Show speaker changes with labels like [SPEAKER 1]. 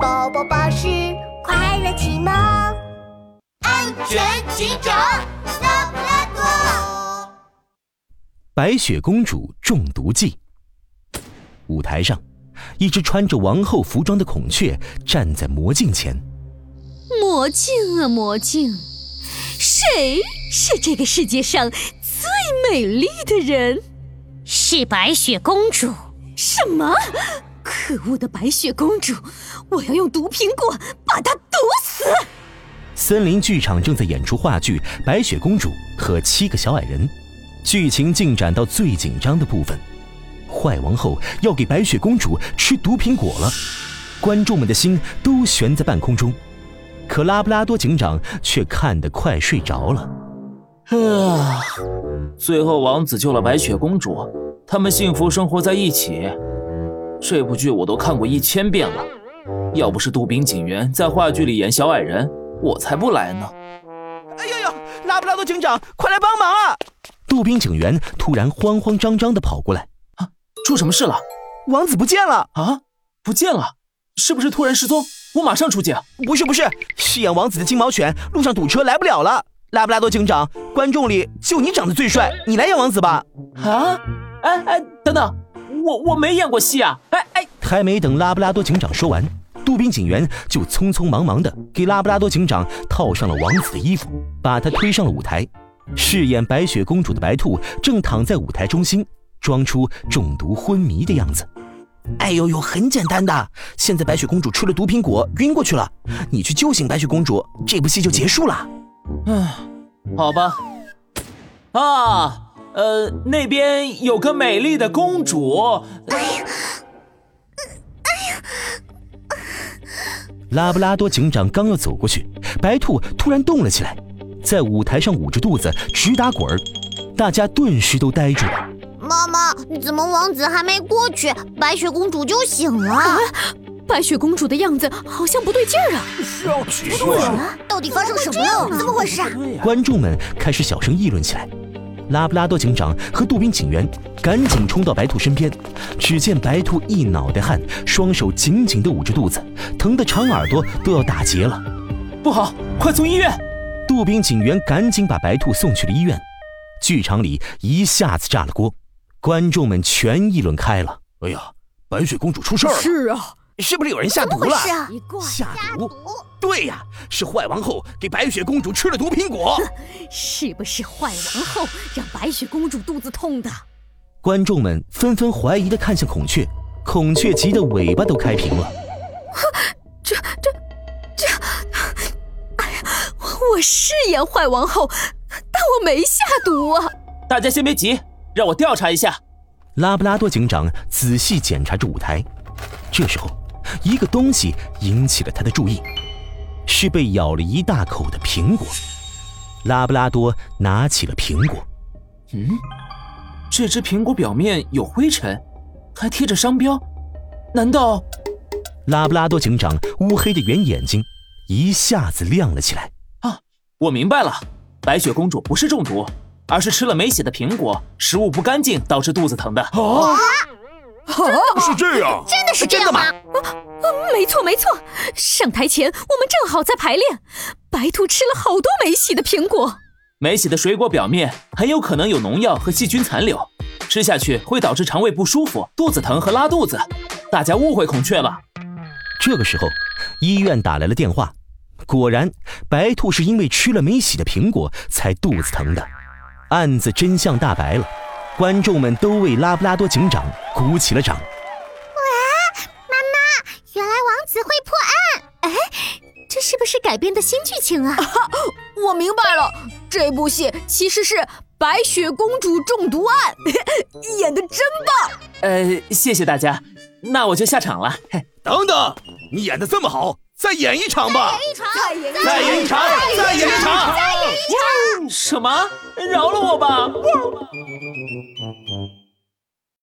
[SPEAKER 1] 宝宝巴士快乐启蒙，安全启程，拉布拉多。
[SPEAKER 2] 白雪公主中毒记。舞台上，一只穿着王后服装的孔雀站在魔镜前。
[SPEAKER 3] 魔镜啊魔镜，谁是这个世界上最美丽的人？
[SPEAKER 4] 是白雪公主。
[SPEAKER 3] 什么？可恶的白雪公主！我要用毒苹果把她毒死！
[SPEAKER 2] 森林剧场正在演出话剧《白雪公主和七个小矮人》，剧情进展到最紧张的部分，坏王后要给白雪公主吃毒苹果了，观众们的心都悬在半空中，可拉布拉多警长却看得快睡着了。
[SPEAKER 5] 啊！最后，王子救了白雪公主，他们幸福生活在一起。这部剧我都看过一千遍了，要不是杜宾警员在话剧里演小矮人，我才不来呢。
[SPEAKER 6] 哎呦呦！拉布拉多警长，快来帮忙啊！
[SPEAKER 2] 杜宾警员突然慌慌张张地跑过来，
[SPEAKER 5] 啊，出什么事了？
[SPEAKER 6] 王子不见了
[SPEAKER 5] 啊！不见了，是不是突然失踪？我马上出警。
[SPEAKER 6] 不是不是，饰演王子的金毛犬路上堵车来不了了。拉布拉多警长，观众里就你长得最帅，你来演王子吧！
[SPEAKER 5] 啊，哎哎，等等，我我没演过戏啊！哎哎，
[SPEAKER 2] 还没等拉布拉多警长说完，杜宾警员就匆匆忙忙的给拉布拉多警长套上了王子的衣服，把他推上了舞台。饰演白雪公主的白兔正躺在舞台中心，装出中毒昏迷的样子。
[SPEAKER 6] 哎呦呦，很简单的，现在白雪公主吃了毒苹果晕过去了，你去救醒白雪公主，这部戏就结束了。
[SPEAKER 5] 唉，好吧。啊，呃，那边有个美丽的公主。
[SPEAKER 2] 拉布拉多警长刚要走过去，白兔突然动了起来，在舞台上捂着肚子直打滚儿，大家顿时都呆住了。
[SPEAKER 1] 妈妈，怎么王子还没过去，白雪公主就醒了？
[SPEAKER 3] 啊！白雪公主的样子好像不对劲儿啊！
[SPEAKER 5] 是啊，是
[SPEAKER 3] 啊，
[SPEAKER 1] 到底发生什么了？怎么回事啊？
[SPEAKER 2] 观众们开始小声议论起来。拉布拉多警长和杜宾警员赶紧冲到白兔身边，只见白兔一脑袋汗，双手紧紧地捂着肚子，疼得长耳朵都要打结了。
[SPEAKER 5] 不好，快送医院！
[SPEAKER 2] 杜宾警员赶紧把白兔送去了医院。剧场里一下子炸了锅，观众们全议论开了。
[SPEAKER 7] 哎呀，白雪公主出事儿了！
[SPEAKER 3] 是啊，
[SPEAKER 6] 是不是有人下毒了？
[SPEAKER 1] 啊、
[SPEAKER 2] 下毒？
[SPEAKER 6] 对呀、啊，是坏王后给白雪公主吃了毒苹果。
[SPEAKER 3] 是不是坏王后让白雪公主肚子痛的？
[SPEAKER 2] 观众们纷纷怀疑的看向孔雀，孔雀急得尾巴都开屏了。
[SPEAKER 3] 这这这！哎呀，我是演坏王后，但我没下毒啊！
[SPEAKER 5] 大家先别急，让我调查一下。
[SPEAKER 2] 拉布拉多警长仔细检查着舞台，这时候，一个东西引起了他的注意，是被咬了一大口的苹果。拉布拉多拿起了苹果，
[SPEAKER 5] 嗯，这只苹果表面有灰尘，还贴着商标，难道？
[SPEAKER 2] 拉布拉多警长乌黑的圆眼睛一下子亮了起来。
[SPEAKER 5] 啊，我明白了，白雪公主不是中毒。而是吃了没血的苹果，食物不干净导致肚子疼的。
[SPEAKER 1] 啊，
[SPEAKER 7] 啊是这样，
[SPEAKER 1] 真的是这样吗？
[SPEAKER 3] 啊，没错没错。上台前我们正好在排练，白兔吃了好多没洗的苹果。
[SPEAKER 5] 没洗的水果表面很有可能有农药和细菌残留，吃下去会导致肠胃不舒服、肚子疼和拉肚子。大家误会孔雀了。
[SPEAKER 2] 这个时候，医院打来了电话，果然白兔是因为吃了没洗的苹果才肚子疼的。案子真相大白了，观众们都为拉布拉多警长鼓起了掌。
[SPEAKER 1] 哇，妈妈，原来王子会破案！哎，这是不是改编的新剧情啊？啊
[SPEAKER 3] 我明白了，这部戏其实是《白雪公主中毒案》 演的真棒。
[SPEAKER 5] 呃，谢谢大家，那我就下场了。
[SPEAKER 7] 等等，你演的这么好，再演一场吧！
[SPEAKER 1] 再演一场，
[SPEAKER 7] 再演一场，
[SPEAKER 1] 再
[SPEAKER 7] 演一场，
[SPEAKER 1] 再演一场。
[SPEAKER 5] 什么？饶了我吧！